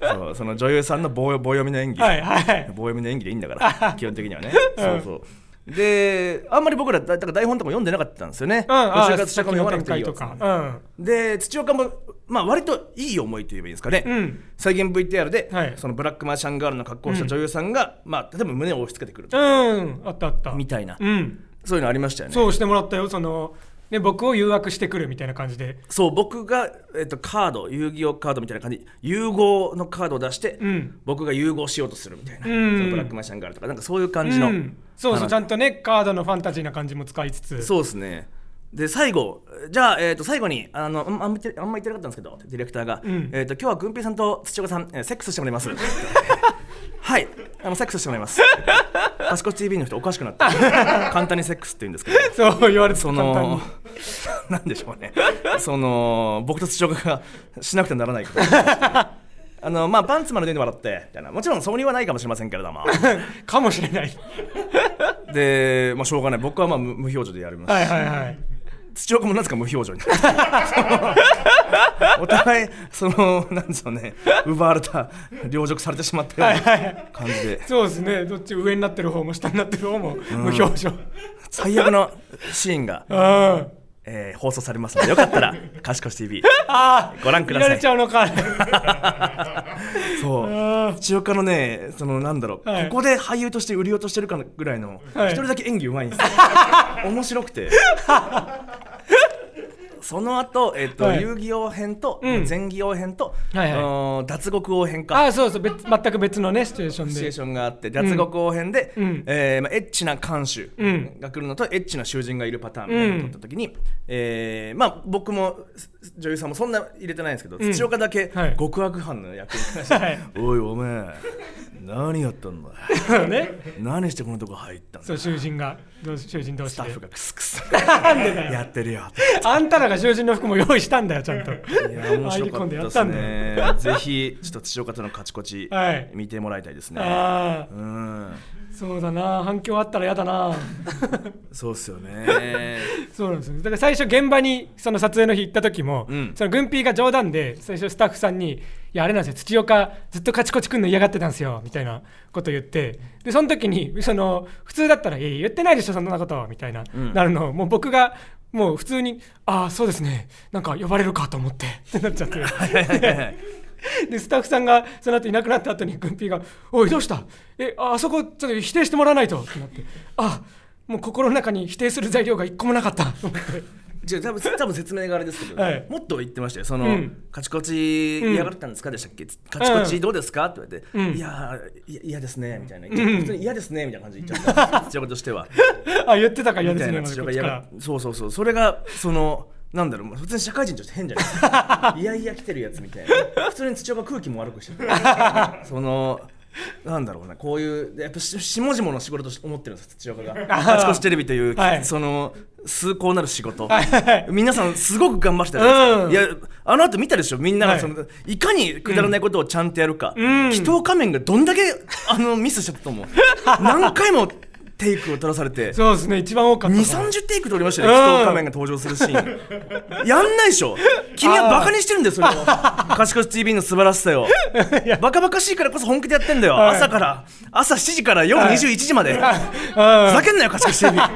Speaker 2: そうその女優さんの棒棒読みの演技、
Speaker 1: はいはい
Speaker 2: 棒読みの演技でいいんだから基本的にはね、そうそうであんまり僕らだだから台本とかも読んでなかったんですよね、
Speaker 1: うんあ
Speaker 2: 途中
Speaker 1: あ
Speaker 2: から土
Speaker 1: さっ
Speaker 2: 岡
Speaker 1: きの
Speaker 2: も読まなく
Speaker 1: 展
Speaker 2: て
Speaker 1: 開
Speaker 2: いいよ
Speaker 1: とか
Speaker 2: で土岡も、まあ、割といい思いと言えばいいんですかね、
Speaker 1: うん
Speaker 2: 再現 VTR で、
Speaker 1: はい
Speaker 2: そのブラックマーシャンガールの格好をした女優さんが、まあ、例えば胸を押し付けてくる
Speaker 1: うんうんあったあった
Speaker 2: みたいな、
Speaker 1: うん
Speaker 2: そういうのありましたよね
Speaker 1: そうしてもらったよその、ね、僕を誘惑してくるみたいな感じで
Speaker 2: そう僕が、えっと、カード遊戯王カードみたいな感じ融合のカードを出して、
Speaker 1: うん
Speaker 2: 僕が融合しようとするみたいな、
Speaker 1: うん
Speaker 2: そのブラックマジシャンガールとかなんかそういう感じの、
Speaker 1: うん、そうそうち
Speaker 2: あ
Speaker 1: ゃんとねカードのファンタジーな感じも使いつつ
Speaker 2: のそうですねで最後じゃあ、えっと最後にあのあんあんま言ってあんま言ってなかったんですけどディレクターが、
Speaker 1: うん
Speaker 2: えっと今日は軍平さんと土岡さん、えーセックスしてもら いますはいあのセックスしてもらいます賢い TV の人おかしくなった簡単にセックスって言うんですけど
Speaker 1: そう言われて
Speaker 2: そ
Speaker 1: 簡単に
Speaker 2: の なんでしょうねその僕と土岡がしなくてはな らないことあのまあパンツまで出て笑ってみたいなもちろんそうにはないかもしれませんけれども
Speaker 1: かもしれない
Speaker 2: で、まあ、しょうがない僕はまあ無無表情でやります、
Speaker 1: はいはいはい
Speaker 2: 土岡もなぜか無表 情になってそのお互いそのなんでしょうね奪われた凌辱されてしまったような感じで
Speaker 1: そうですねどっち上になってる方も下になってる方も無表情、
Speaker 2: 最悪のシーンが、
Speaker 1: あ
Speaker 2: えー放送されますのでよかったら「賢し TV
Speaker 1: あ」
Speaker 2: ご覧
Speaker 1: 見
Speaker 2: くださ
Speaker 1: ら
Speaker 2: い
Speaker 1: れちゃうのか
Speaker 2: そう千代岡のねそのなんだろう、
Speaker 1: はい
Speaker 2: ここで俳優として売り落としてるかのぐらいの一、
Speaker 1: はい
Speaker 2: 人だけ演技うまい んですよ面白くてその後、えっと
Speaker 1: はい
Speaker 2: 遊戯王編と、
Speaker 1: うん
Speaker 2: 前戯王編と、
Speaker 1: はいはい
Speaker 2: あの脱獄王編か
Speaker 1: ああそうそう別全く別のねシチュエーション
Speaker 2: シチュエー
Speaker 1: で
Speaker 2: ションがあって脱獄王編で、
Speaker 1: うん
Speaker 2: えーまあ、エッチな看守
Speaker 1: うん
Speaker 2: が来るのと、エッチな囚人がいるパターンみたいなのを取った時に、えーまあ、僕もす女優さんもそんな入れてないんですけど、
Speaker 1: ん
Speaker 2: 土岡だけ
Speaker 1: はい
Speaker 2: 極悪犯の役に関し
Speaker 1: はい
Speaker 2: て「おいおめえ何やったんだ
Speaker 1: ね
Speaker 2: 何してこのとこ入ったんだ
Speaker 1: そう囚人がどう囚人同
Speaker 2: ス
Speaker 1: 士
Speaker 2: タ
Speaker 1: で
Speaker 2: ッフがクスクス
Speaker 1: なんでだよ
Speaker 2: やってるよ
Speaker 1: あんたらが囚人の服も用意したんだよちゃんと
Speaker 2: いや面白か
Speaker 1: 入り込んでや
Speaker 2: っ
Speaker 1: ったた
Speaker 2: で
Speaker 1: ん
Speaker 2: す
Speaker 1: だよ
Speaker 2: ねぜひちょっと土岡とのカチコチ
Speaker 1: はい
Speaker 2: 見てもらいたいですね、
Speaker 1: ああ
Speaker 2: うん
Speaker 1: そうだな反響あったら嫌だな
Speaker 2: そうっすよ ね
Speaker 1: そうなんですよだから最初現場にその撮影の日行った時も、
Speaker 2: うん
Speaker 1: その軍ピーが冗談で最初スタッフさんに「いやあれなんですよ土岡ずっとカチコチくんの嫌がってたんですよ」みたいなこと言ってでその時にその普通だったら「いや言ってないでしょそんなこと」みたいな、
Speaker 2: うん
Speaker 1: なるのをもう僕がもう普通に「ああそうですねなんか呼ばれるかと思って」ってなっちゃってでスタッフさんがその後いなくなった後に軍ピーが「おいどうしたえああそこちょっと否定してもらわないと」ってなって「あもう心の中に否定する材料が一個もなかった」と思って
Speaker 2: じゃあ多分多分説明があれですけど、
Speaker 1: はい
Speaker 2: もっと言ってましたよその、
Speaker 1: うん
Speaker 2: カチコチ嫌がったんですかでしたっけ、カチコチどうですかって言われて、
Speaker 1: うん
Speaker 2: いやーいや嫌ですねみたいな、普通に嫌ですねみたいな感じで言っちゃった 土岡としては
Speaker 1: あ言ってたから嫌
Speaker 2: み
Speaker 1: です
Speaker 2: たい
Speaker 1: ね
Speaker 2: な
Speaker 1: まだ
Speaker 2: 土
Speaker 1: こ
Speaker 2: 岡
Speaker 1: っち
Speaker 2: 嫌
Speaker 1: か
Speaker 2: が
Speaker 1: ら
Speaker 2: そうそうそうそれがそのなんだろうもう普通に社会人として変じゃないですかいやいや来てるやつみたいな普通に土岡空気も悪くしてるそのなんだろうなこういうやっぱし下々の仕事として思ってるんです土岡が
Speaker 1: ー
Speaker 2: カチコチテレビという、
Speaker 1: はい
Speaker 2: その崇高なる仕事、
Speaker 1: はいはい
Speaker 2: 皆さんすごく頑張ってたじゃないですか、いやあの後見たでしょみんな
Speaker 1: は
Speaker 2: が
Speaker 1: い
Speaker 2: その、い、かにくだらないことをちゃんとやるか、
Speaker 1: ん
Speaker 2: 祈祷仮面がどんだけあのミスしちゃったと思う何回もテイクを取らされて2
Speaker 1: そうですね一番多かったから
Speaker 2: 3 0テイク取りましたよ、ね、
Speaker 1: うん
Speaker 2: 祈祷仮面が登場するシーンやんないでしょ君はバカにしてるんだよそれを 「賢し TV」の素晴らしさよバカバカしいからこそ本気でやってんだよ、
Speaker 1: はい
Speaker 2: 朝から朝7時から夜
Speaker 1: はい
Speaker 2: 21時まで、
Speaker 1: あ
Speaker 2: ふ
Speaker 1: あ
Speaker 2: ざけんなよ賢し TV バ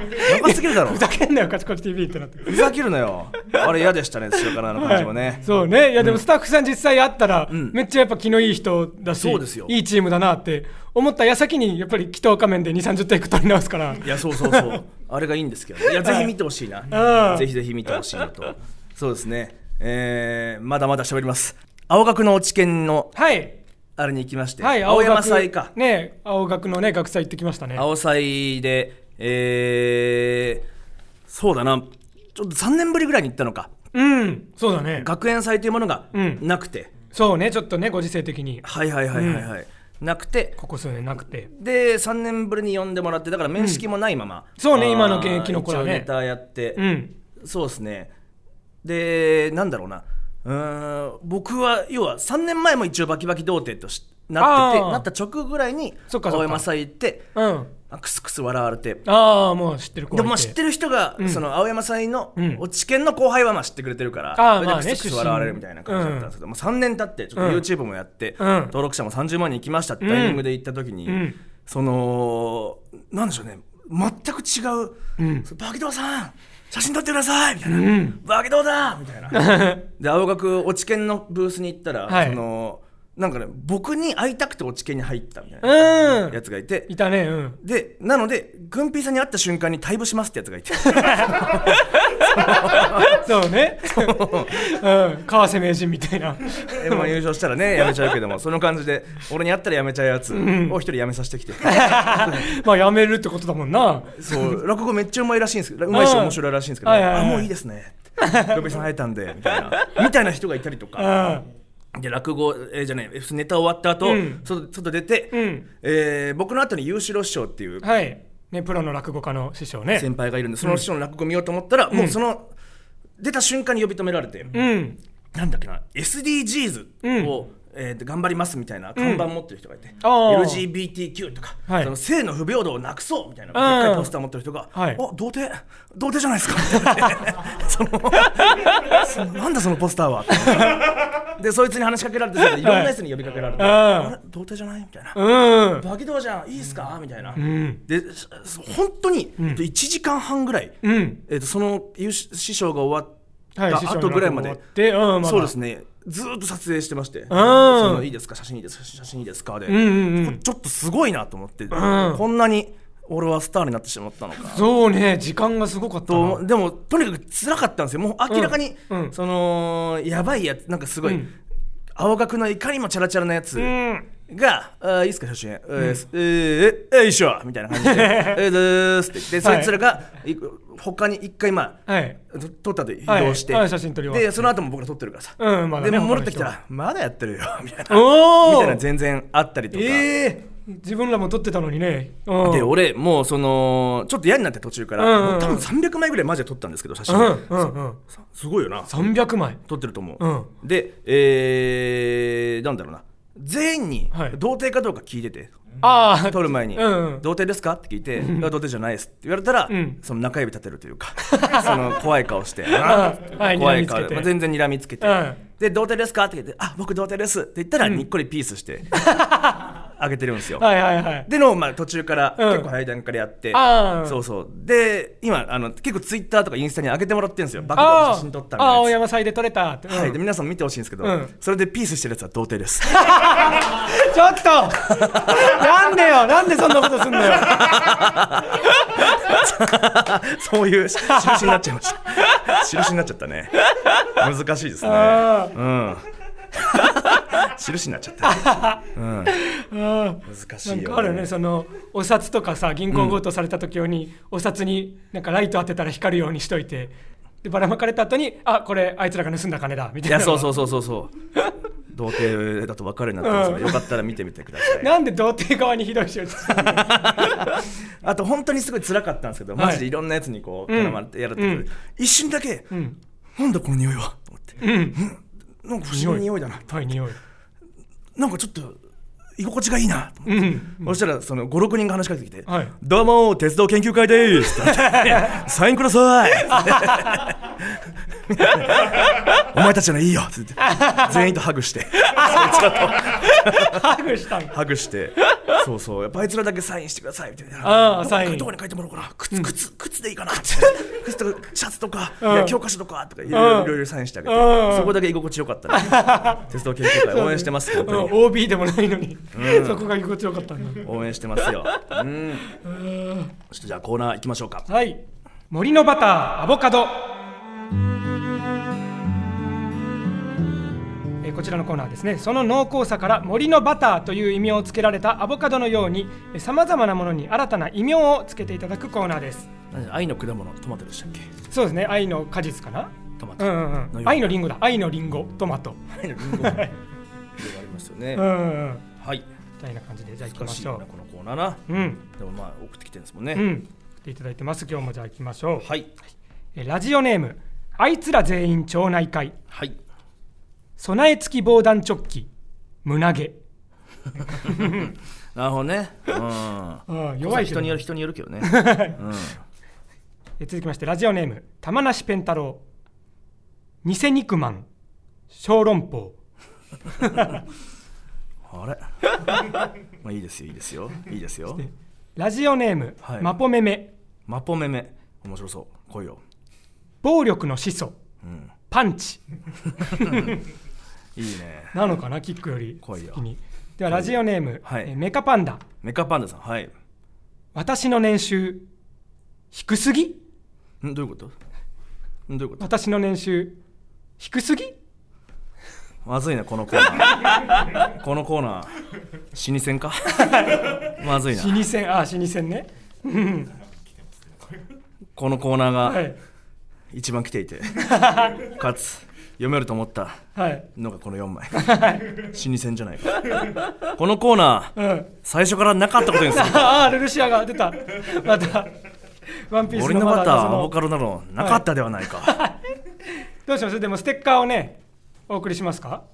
Speaker 2: カすぎるだろ
Speaker 1: ふざけんなよカチコチ TV ってなって
Speaker 2: ふざけるなよ。あれ嫌でしたね、後ろからの感じもね。
Speaker 1: そうねいやでもスタッフさん実際会ったら、
Speaker 2: ん
Speaker 1: めっちゃやっぱ気のいい人だし
Speaker 2: そうですよ
Speaker 1: いいチームだなって思った矢先にやっぱり祈祷仮面で2 3 0テイク取り直すから
Speaker 2: いや、そうそうそう。あれがいいんですけど、ね。いや、ぜひ見てほしい
Speaker 1: あ
Speaker 2: な。
Speaker 1: あ
Speaker 2: ぜひぜひ見てほしいなと。そうですね。えー、まだまだ喋ります。青学の落研の
Speaker 1: はい
Speaker 2: あれに行きまして、
Speaker 1: はい
Speaker 2: 青山
Speaker 1: 学
Speaker 2: 祭か。
Speaker 1: ね青学のね学祭行ってきましたね
Speaker 2: 青祭で、えー、そうだな。ちょっと3年ぶりぐらいに行ったのか。
Speaker 1: うんそうだね
Speaker 2: 学園祭というものが
Speaker 1: うん
Speaker 2: なくて。
Speaker 1: そうねちょっとねご時世的に
Speaker 2: はいはいはいはいはい。なくて、
Speaker 1: ここ数年なくて
Speaker 2: で3年ぶりに呼んでもらってだから面識もないまま、
Speaker 1: んそうね
Speaker 2: あー
Speaker 1: 今の現役の子らね
Speaker 2: 一応ネタやって、
Speaker 1: うん
Speaker 2: そうですねでなんだろうなうーん僕は要は3年前も一応バキバキ童貞としなって
Speaker 1: あ
Speaker 2: て
Speaker 1: ー
Speaker 2: なった直後ぐらいに
Speaker 1: そっかそっか
Speaker 2: 青山祭行って
Speaker 1: うん
Speaker 2: あクスクス笑われて
Speaker 1: ああもう知ってる子
Speaker 2: で
Speaker 1: がい
Speaker 2: もまあ知ってる人が、
Speaker 1: ん
Speaker 2: その青山祭の
Speaker 1: うん
Speaker 2: 落研の後輩はまあ知ってくれてるから、
Speaker 1: あー
Speaker 2: それで
Speaker 1: まあね
Speaker 2: クスクス笑われるみたいな感じだったんですけど、もう3年経ってちょっ
Speaker 1: うん
Speaker 2: と YouTube もやって、
Speaker 1: うん
Speaker 2: 登録者も30万人いきましたってタイミングで行った時に、
Speaker 1: うん
Speaker 2: そのなんでしょうね全く違う「
Speaker 1: ん
Speaker 2: そのバキドーさん写真撮ってください!」みたいな「
Speaker 1: うん
Speaker 2: バキドーだ!」みたいなで青学落研のブースに行ったら、
Speaker 1: はい
Speaker 2: そのなんかね僕に会いたくて落ちに入ったみたいな
Speaker 1: うん
Speaker 2: やつがいて
Speaker 1: いたね うん
Speaker 2: でなのでグンピーさんに会った瞬間に退部しますってやつがいて
Speaker 1: そうねうん川瀬名人みたいな
Speaker 2: M−1 優勝したらねやめちゃうけどもその感じで俺に会ったらやめちゃうやつを一人やめさせてきて、
Speaker 1: まあやめるってことだもんな
Speaker 2: そう落語めっちゃうまいらしいんですけどうまいし
Speaker 1: うん
Speaker 2: 面白いらしいんですけど、
Speaker 1: はいはいはい
Speaker 2: あもういいですねってグンピーさん会えたんでみたいなみたいな人がいたりと
Speaker 1: う
Speaker 2: か
Speaker 1: ん
Speaker 2: で落語、えーじゃない普通ネタ終わった後、
Speaker 1: うん
Speaker 2: 外外出て、
Speaker 1: うん
Speaker 2: えー僕の後に裕次郎師匠っていう
Speaker 1: はいねプロの落語家の師匠ね
Speaker 2: 先輩がいるんでその師匠の落語見ようと思ったら、もうその出た瞬間に呼び止められて、
Speaker 1: うん
Speaker 2: なんだっけな SDGs を、えーと頑張りますみたいな看板持ってる人がいて、
Speaker 1: あー
Speaker 2: LGBTQ とか、
Speaker 1: はい
Speaker 2: その性の不平等をなくそうみたい
Speaker 1: う
Speaker 2: な、
Speaker 1: ん
Speaker 2: でっかいポスター持ってる人が、
Speaker 1: はい
Speaker 2: あ童貞童貞じゃないですか ってそのなんだそのポスターは ってでそいつに話しかけられていろんなやつに呼びかけられて、
Speaker 1: はい
Speaker 2: あれ
Speaker 1: う
Speaker 2: 童貞じゃないみたいな、
Speaker 1: うん
Speaker 2: バキドーじゃんいいっすか、みたいな、
Speaker 1: ん
Speaker 2: でそ本当に、えっと1時間半ぐらい、
Speaker 1: うん
Speaker 2: えっとそのゆうし師匠が終わ
Speaker 1: はい
Speaker 2: った
Speaker 1: 師匠の
Speaker 2: 後ぐらいまで、
Speaker 1: 落語終わってうんまだ
Speaker 2: そうですねずーっと撮影してまして、そのいいですか写真いいですか写真いいですかで、
Speaker 1: うんうんうん
Speaker 2: これちょっとすごいなと思って、
Speaker 1: ん
Speaker 2: こんなに俺はスターになってしまったのか。
Speaker 1: そうね時間がすごかったな
Speaker 2: とでもとにかく辛かったんですよもう明らかに、
Speaker 1: うんうん
Speaker 2: そのやばいやつなんかすごい、
Speaker 1: うん
Speaker 2: 青学のいかにもチャラチャラなやつ、
Speaker 1: うん
Speaker 2: が、あーいいっすか、写真、えーすえー、えー、よいしょみたいな感じで、 えー、でーすって言って、
Speaker 1: はい
Speaker 2: そいつらが、い他に一回、まあ、
Speaker 1: はい
Speaker 2: と撮ったで移動して、
Speaker 1: はいはい写真撮り終わって
Speaker 2: で、その後も僕ら撮ってるからさ、
Speaker 1: うんまだね
Speaker 2: で
Speaker 1: 他の人
Speaker 2: 戻ってきたら、まだやってるよ、 みたいな、み
Speaker 1: お
Speaker 2: たい
Speaker 1: お
Speaker 2: な全然あったりとか。
Speaker 1: ええ自分らも撮ってたのにねうん
Speaker 2: で俺もうそのちょっと嫌になって途中から、
Speaker 1: うんうんうん
Speaker 2: もう多分300枚ぐらいマジで撮ったんですけど写
Speaker 1: う
Speaker 2: 真、
Speaker 1: んうんうん
Speaker 2: すごいよな
Speaker 1: 300枚
Speaker 2: 撮ってると思う、
Speaker 1: う
Speaker 2: でえー、なんだろうな全員に
Speaker 1: はい
Speaker 2: 童貞かどうか聞いてて、
Speaker 1: あ あ
Speaker 2: 撮る前に、
Speaker 1: うんうん
Speaker 2: 童貞ですかって聞いて、いや童貞じゃないですって言われたら、
Speaker 1: うん
Speaker 2: その中指立てるというか、 その怖い 顔して、
Speaker 1: はい
Speaker 2: 怖い
Speaker 1: 睨みつけ
Speaker 2: 顔
Speaker 1: て
Speaker 2: で、まあ全然睨みつけて、
Speaker 1: うん
Speaker 2: で、童貞ですかって聞いて、あ、僕童貞ですって言ったら、にっこりピース して、あげてるんですよ。
Speaker 1: はいはいはい
Speaker 2: での、まあ、途中から、
Speaker 1: うん
Speaker 2: 結構早い段階でやって、
Speaker 1: あー
Speaker 2: そうそう。で、今、あの、結構ツイッターとかインスタに上げてもらってるんですよ。バック
Speaker 1: あ
Speaker 2: で
Speaker 1: あ
Speaker 2: 写真撮ったみ
Speaker 1: ああ
Speaker 2: た
Speaker 1: 青
Speaker 2: いな。
Speaker 1: 山祭で撮れたって、うん
Speaker 2: はい、で皆さん見てほしいんですけど、
Speaker 1: うん
Speaker 2: それでピースしてるやつは童貞です。
Speaker 1: ちょっとなんでよなんでそんなことすんのよ
Speaker 2: そういうし印になっちゃいま した。印になっちゃったね。難しいですね。
Speaker 1: あ
Speaker 2: うん。印になっちゃった。うん。
Speaker 1: うん
Speaker 2: 難し
Speaker 1: ないん
Speaker 2: よ、
Speaker 1: かあるよねそのお札とかさ銀行強盗された時用に、お札になんかライト当てたら光るようにしといてでばらまかれた後にあこれあいつらが盗んだ金だみた
Speaker 2: い
Speaker 1: いな
Speaker 2: や、そうそうそうそうそう。童貞だと分かるようになってますが、よかったら見てみてください。
Speaker 1: なんで童貞側にひどいしよう
Speaker 2: あと本当にすごい辛かったんですけど、
Speaker 1: はい
Speaker 2: マジでいろんなやつにこう
Speaker 1: うん
Speaker 2: 絡まれてやられてくる、
Speaker 1: うん
Speaker 2: 一瞬だけ、
Speaker 1: ん
Speaker 2: なんだこの匂いはと思って、
Speaker 1: うん
Speaker 2: なんか不思議な匂いだな
Speaker 1: はい匂い
Speaker 2: なんかちょっと居心地がいいなと思っ
Speaker 1: う
Speaker 2: て
Speaker 1: ん
Speaker 2: そしたらその56人が話しかけてきて「
Speaker 1: はい
Speaker 2: どうも鉄道研究会です」 サインください」 お前たちならいいよ」つって全員とハグして
Speaker 1: ハグしたの
Speaker 2: ハグしてそうそうやっぱあいつらだけサインしてくださいみたいな
Speaker 1: ああ
Speaker 2: ど
Speaker 1: サイン
Speaker 2: どこに書いてもらおうかな靴靴靴でいいかなって靴とかシャツとか、いや教科書とかとかいろいろいろいろサインしてあげて、
Speaker 1: うん
Speaker 2: そこだけ居心地よかった、 ね、鉄道研究会応援してます本当
Speaker 1: うん
Speaker 2: に
Speaker 1: OB でもないのに、そこが居心地よかったんだ
Speaker 2: 応援してますようんちょっとじゃあコーナー行きましょうか
Speaker 1: はい森のバターアボカドえーこちらのコーナーはですねその濃厚さから森のバターという異名をつけられたアボカドのようにさまざまなものに新たな異名をつけていただくコーナーです
Speaker 2: 愛の果物トマトでしたっけ
Speaker 1: そうですね愛の果実かな
Speaker 2: トマト、
Speaker 1: うんうんうん愛のリンゴだ愛のリンゴトマト
Speaker 2: 愛のリンゴいろいろありますよね、
Speaker 1: うんうんうん
Speaker 2: はい
Speaker 1: みたいな感じでじゃあ行きま
Speaker 2: 難しい
Speaker 1: しょ
Speaker 2: なこのコーナーな
Speaker 1: ううん
Speaker 2: でもまあ送ってきてるんですもんね、
Speaker 1: うん来ていただいてます今日もじゃあ行きましょう
Speaker 2: はい
Speaker 1: えラジオネームあいつら全員町内会
Speaker 2: はい
Speaker 1: 備え付き防弾チョッキ胸毛
Speaker 2: なるほどね、 うん、
Speaker 1: うん弱いけ
Speaker 2: 人
Speaker 1: ど
Speaker 2: による人によるけ どね、うん、
Speaker 1: え続きましてラジオネーム玉梨ペンタロウ偽肉マン小籠包
Speaker 2: あれ まあいいですよいいです よいいですよ
Speaker 1: ラジオネーム、
Speaker 2: はい
Speaker 1: マポメメ
Speaker 2: マポメメ面白そう来いよ、
Speaker 1: 暴力の始祖
Speaker 2: うん、
Speaker 1: パンチ
Speaker 2: いいね
Speaker 1: なのかなキックより
Speaker 2: 来いよ
Speaker 1: 先にではラジオネーム、
Speaker 2: はい
Speaker 1: えーメカパンダ
Speaker 2: メカパンダさんはい
Speaker 1: 私の年収低すぎ
Speaker 2: んどういうことんどういうこと
Speaker 1: 私の年収低すぎ
Speaker 2: まずいなこのコーナ ーこのコーナー死にせ んかまずいな
Speaker 1: 死にせんあ死にせんねうん
Speaker 2: このコーナー
Speaker 1: は
Speaker 2: が
Speaker 1: い
Speaker 2: 一番来て いて、かつ読めると思った
Speaker 1: はい
Speaker 2: のがこの4枚 死にせんじゃないかこのコーナー
Speaker 1: うん
Speaker 2: 最初からなかったこ とにする
Speaker 1: ああルルシアが出たまたワンピース
Speaker 2: 森
Speaker 1: の
Speaker 2: の
Speaker 1: ま
Speaker 2: バタ
Speaker 1: だ謎
Speaker 2: ーアボ
Speaker 1: の
Speaker 2: カドなどなかったではないか、
Speaker 1: どうしますでもステッカーをねお送りしますか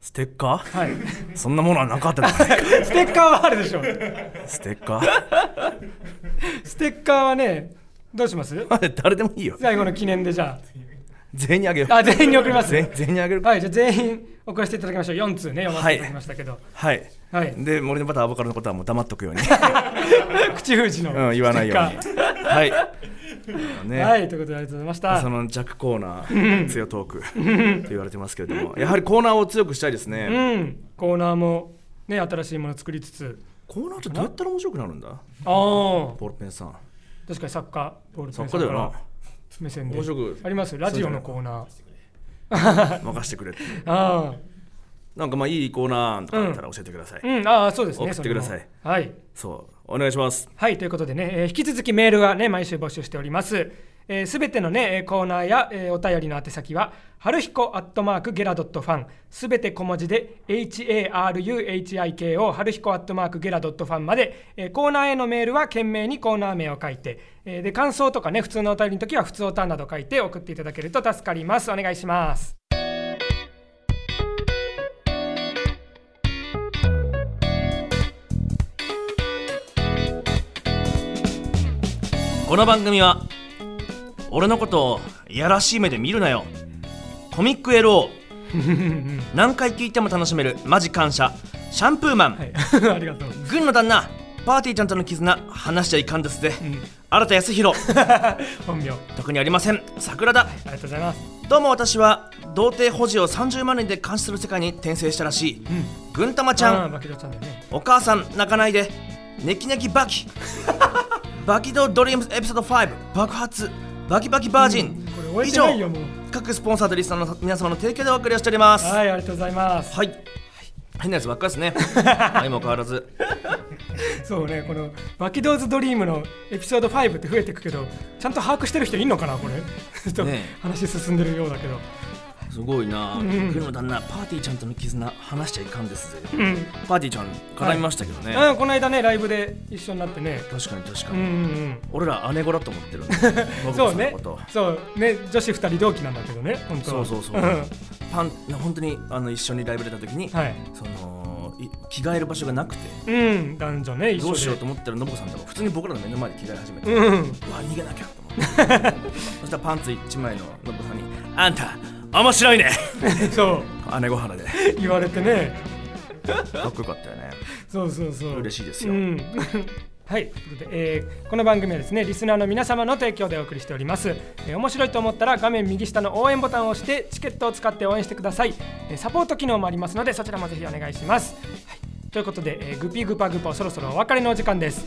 Speaker 2: ステッカー
Speaker 1: はい
Speaker 2: そんなものはなかったで はないか
Speaker 1: ステッカーはあるでしょ
Speaker 2: ステッカー
Speaker 1: ステッカーはねどうします
Speaker 2: まあ 誰でもいいよ
Speaker 1: 最後の記念でじゃ
Speaker 2: 全員にあげよう
Speaker 1: ああ全員に送ります
Speaker 2: 全全員にあげるか
Speaker 1: はいじゃあ全員送らせていただきましょう4通ね読ませていただきましたけど
Speaker 2: はい
Speaker 1: はい
Speaker 2: で森のバターアボカドのことはもう黙っとく ように、
Speaker 1: 口封じの
Speaker 2: うん、言わないよう
Speaker 1: ステ
Speaker 2: に
Speaker 1: ッ
Speaker 2: はいね、
Speaker 1: カーはいということでありがとうございまし
Speaker 2: そ
Speaker 1: た
Speaker 2: の弱コーナー強トークと言われてますけれどもやはりコーナーを強くしたいですね、
Speaker 1: うんコーナーもね新しいものを作りつつ
Speaker 2: コーナーってどうやったら面白くなるんだ
Speaker 1: ああ
Speaker 2: ボールペンさん
Speaker 1: 確かに作家ボールペ
Speaker 2: そ
Speaker 1: ン
Speaker 2: こ
Speaker 1: さん
Speaker 2: だ
Speaker 1: か
Speaker 2: よ
Speaker 1: ら
Speaker 2: な
Speaker 1: 目線で
Speaker 2: 面白く
Speaker 1: ありますラジオのコーナー
Speaker 2: 任せてくれって
Speaker 1: ああ
Speaker 2: なんかまあいいコーナーとかあったら教えてください、
Speaker 1: うんああそうですね
Speaker 2: 送ってくださ
Speaker 1: そ
Speaker 2: い
Speaker 1: れもはい
Speaker 2: そうお願いします
Speaker 1: はい、ということでね、えー引き続きメールはね、毎週募集しております。す、え、べ、てのね、えーコーナーや、えーお便りの宛先は、はるひこアットマークゲラドットファン、すべて小文字で、haruhiko はるひこアットマークゲラドットファンまで、えーコーナーへのメールは懸命にコーナー名を書いて、えーで、感想とかね、普通のお便りの時は、普通おたんなど書いて送っていただけると助かります。お願いします。
Speaker 2: この番組は俺のことをいやらしい目で見るなよコミックエロ ー何回聞いても楽しめるマジ感謝シャンプーマン、
Speaker 1: はい、 ありがとう。
Speaker 2: 軍の旦那パーティーちゃんとの絆話しちゃいかんですぜ、新田康弘
Speaker 1: 本名、あ
Speaker 2: 特にありません桜田
Speaker 1: りがとうございます。
Speaker 2: どうも私は童貞保持を30万人で監視する世界に転生したらしい、軍玉ちゃ
Speaker 1: あー
Speaker 2: ん
Speaker 1: バキドちゃんだよね。
Speaker 2: お母さん泣かないでネキネキバ キバキドドリームズエピソード5爆発バキバキバージン、
Speaker 1: これ終え
Speaker 2: 以
Speaker 1: て
Speaker 2: 上
Speaker 1: ないよ、もう。
Speaker 2: 各スポンサーとリスナーの皆様の提供でお送りをしておりますはい、
Speaker 1: はい、ありがとうございます。
Speaker 2: 変なやつばっかり ですね相も変わらず
Speaker 1: そうね、この「バキドーズドリーム」のエピソード5って増えてくけどちゃんと把握してる人いんのかなこれ ちょっと
Speaker 2: ね
Speaker 1: 話進んでるようだけど、
Speaker 2: すごいな、
Speaker 1: ん
Speaker 2: 軍の旦那パーティーちゃんとの絆話しちゃいかんですぜ、
Speaker 1: うん
Speaker 2: パーティーちゃん絡みましたけどね、
Speaker 1: うん、この間ねライブで一緒になってね
Speaker 2: 確かに確か
Speaker 1: うん
Speaker 2: に、
Speaker 1: うん
Speaker 2: 俺ら姉子だと思っ てるんで
Speaker 1: うん
Speaker 2: 僕
Speaker 1: そ
Speaker 2: も
Speaker 1: う
Speaker 2: の
Speaker 1: ね
Speaker 2: こと
Speaker 1: そうね女子2人同期なんだけどね本当
Speaker 2: そう
Speaker 1: は
Speaker 2: そうそう、
Speaker 1: ん
Speaker 2: パン本当にあの一緒にライブ出た時に、
Speaker 1: はい
Speaker 2: そのい着替える場所がなくて
Speaker 1: うん男女ね一緒で
Speaker 2: どうしようと思ったらのぼさんとか普通に僕らの目の前で着替え始めて、う
Speaker 1: うん
Speaker 2: わ逃げなきゃと思 ってそしたらパンツ一枚ののぼさんに「あんた面白いね
Speaker 1: そう」
Speaker 2: 姉 御原でか
Speaker 1: 言われてね
Speaker 2: っこよかったよね
Speaker 1: そうそうそう
Speaker 2: 嬉しいですよ
Speaker 1: うん はい、ということでえーこの番組はですねリスナーの皆様の提供でお送りしております、えー面白いと思ったら画面右下の応援ボタンを押してチケットを使って応援してください、えーサポート機能もありますのでそちらもぜひお願いします、はい、ということで、えーグピグパグポそろそろお別れのお時間です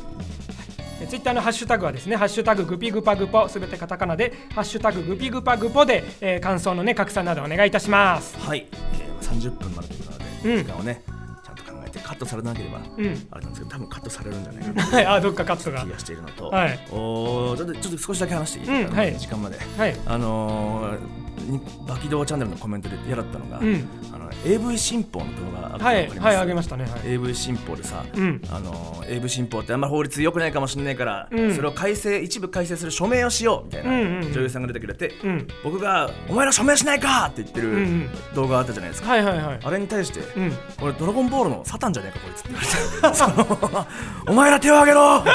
Speaker 1: ツイッターのハッシュタグはですね、ハッシュタググピグパグポ、すべてカタカナで、ハッシュタググピグパグポで、えー感想のね、拡散などお願いいたします。
Speaker 2: はい、えー30分までということなので、
Speaker 1: うん
Speaker 2: 時間をねちゃんと考えてカットされなければ、
Speaker 1: うん
Speaker 2: あれなんですけど多分カットされるんじゃないかな
Speaker 1: はい、あ、どっかカットが
Speaker 2: 気。がしているのと、
Speaker 1: はい
Speaker 2: おーちょっとちょっと少しだけ話していい、
Speaker 1: うんはい
Speaker 2: 時間まで、
Speaker 1: はい
Speaker 2: あのーにバキドーチャンネルのコメントで嫌だったのが、
Speaker 1: うん
Speaker 2: あの AV 新報の動画あった
Speaker 1: は
Speaker 2: の
Speaker 1: い、
Speaker 2: わかります
Speaker 1: はい、あげましたね。はい
Speaker 2: AV 新報でさ、
Speaker 1: うん
Speaker 2: あのー AV 新報ってあんま法律良くないかもしれないから、
Speaker 1: うん
Speaker 2: それを改正一部改正する署名をしようみたいな、
Speaker 1: うんうんうん
Speaker 2: 女優さんが出てくれて、
Speaker 1: うん
Speaker 2: 僕が「お前ら署名しないか!」って言って
Speaker 1: うんう
Speaker 2: る
Speaker 1: ん
Speaker 2: 動画あったじゃないですか、
Speaker 1: はいはいはい。
Speaker 2: あれに対して、
Speaker 1: うん。
Speaker 2: 俺ドラゴンボールのサタンじゃねえかこいつって 言われてそのお前ら手を挙げろ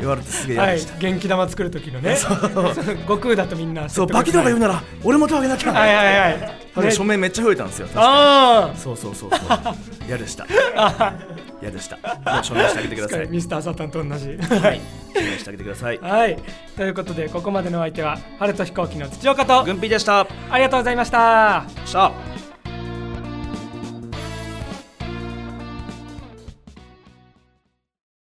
Speaker 2: 言われてすげえ嫌
Speaker 1: は
Speaker 2: で
Speaker 1: い
Speaker 2: した、、
Speaker 1: 元気玉作る時の ね。悟空だとみんな。
Speaker 2: そうバキドーが言う
Speaker 1: な。
Speaker 2: なら俺も手を挙げなきゃ、
Speaker 1: はいはいはい。ね
Speaker 2: 多分署名めっちゃ増えたんですよ確か
Speaker 1: あ
Speaker 2: にそうそうそうそう嫌でした嫌でしたもう署名してあげてく
Speaker 1: あ。
Speaker 2: ださい
Speaker 1: ミスターサタンと同じ。
Speaker 2: はい援してあげてくださ い
Speaker 1: はいということでここまでのお相手は春と飛行機の土岡と
Speaker 2: 軍備でした
Speaker 1: ありがとうございました
Speaker 2: さあ